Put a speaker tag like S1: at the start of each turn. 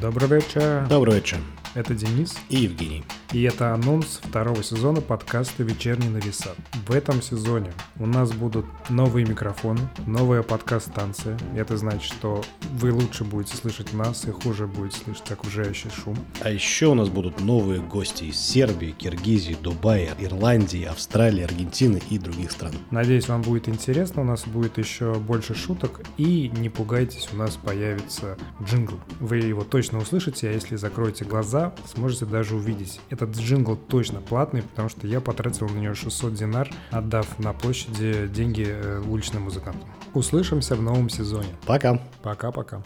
S1: Добрый вечер.
S2: Добрый вечер.
S1: Это Денис.
S2: И Евгений.
S1: И это анонс второго сезона подкаста «Вечерний нависат». В этом сезоне у нас будут новые микрофоны, новая подкаст-станция. Это значит, что вы лучше будете слышать нас и хуже будете слышать окружающий шум.
S2: А еще у нас будут новые гости из Сербии, Киргизии, Дубая, Ирландии, Австралии, Аргентины и других стран.
S1: Надеюсь, вам будет интересно. У нас будет еще больше шуток. И не пугайтесь, у нас появится джингл. Вы его точно услышите, а если закроете глаза, сможете даже увидеть. Этот джингл точно платный, потому что я потратил на него 600 динар, отдав на площади деньги э, уличным музыкантам. Услышимся в новом сезоне.
S2: Пока.
S1: Пока-пока.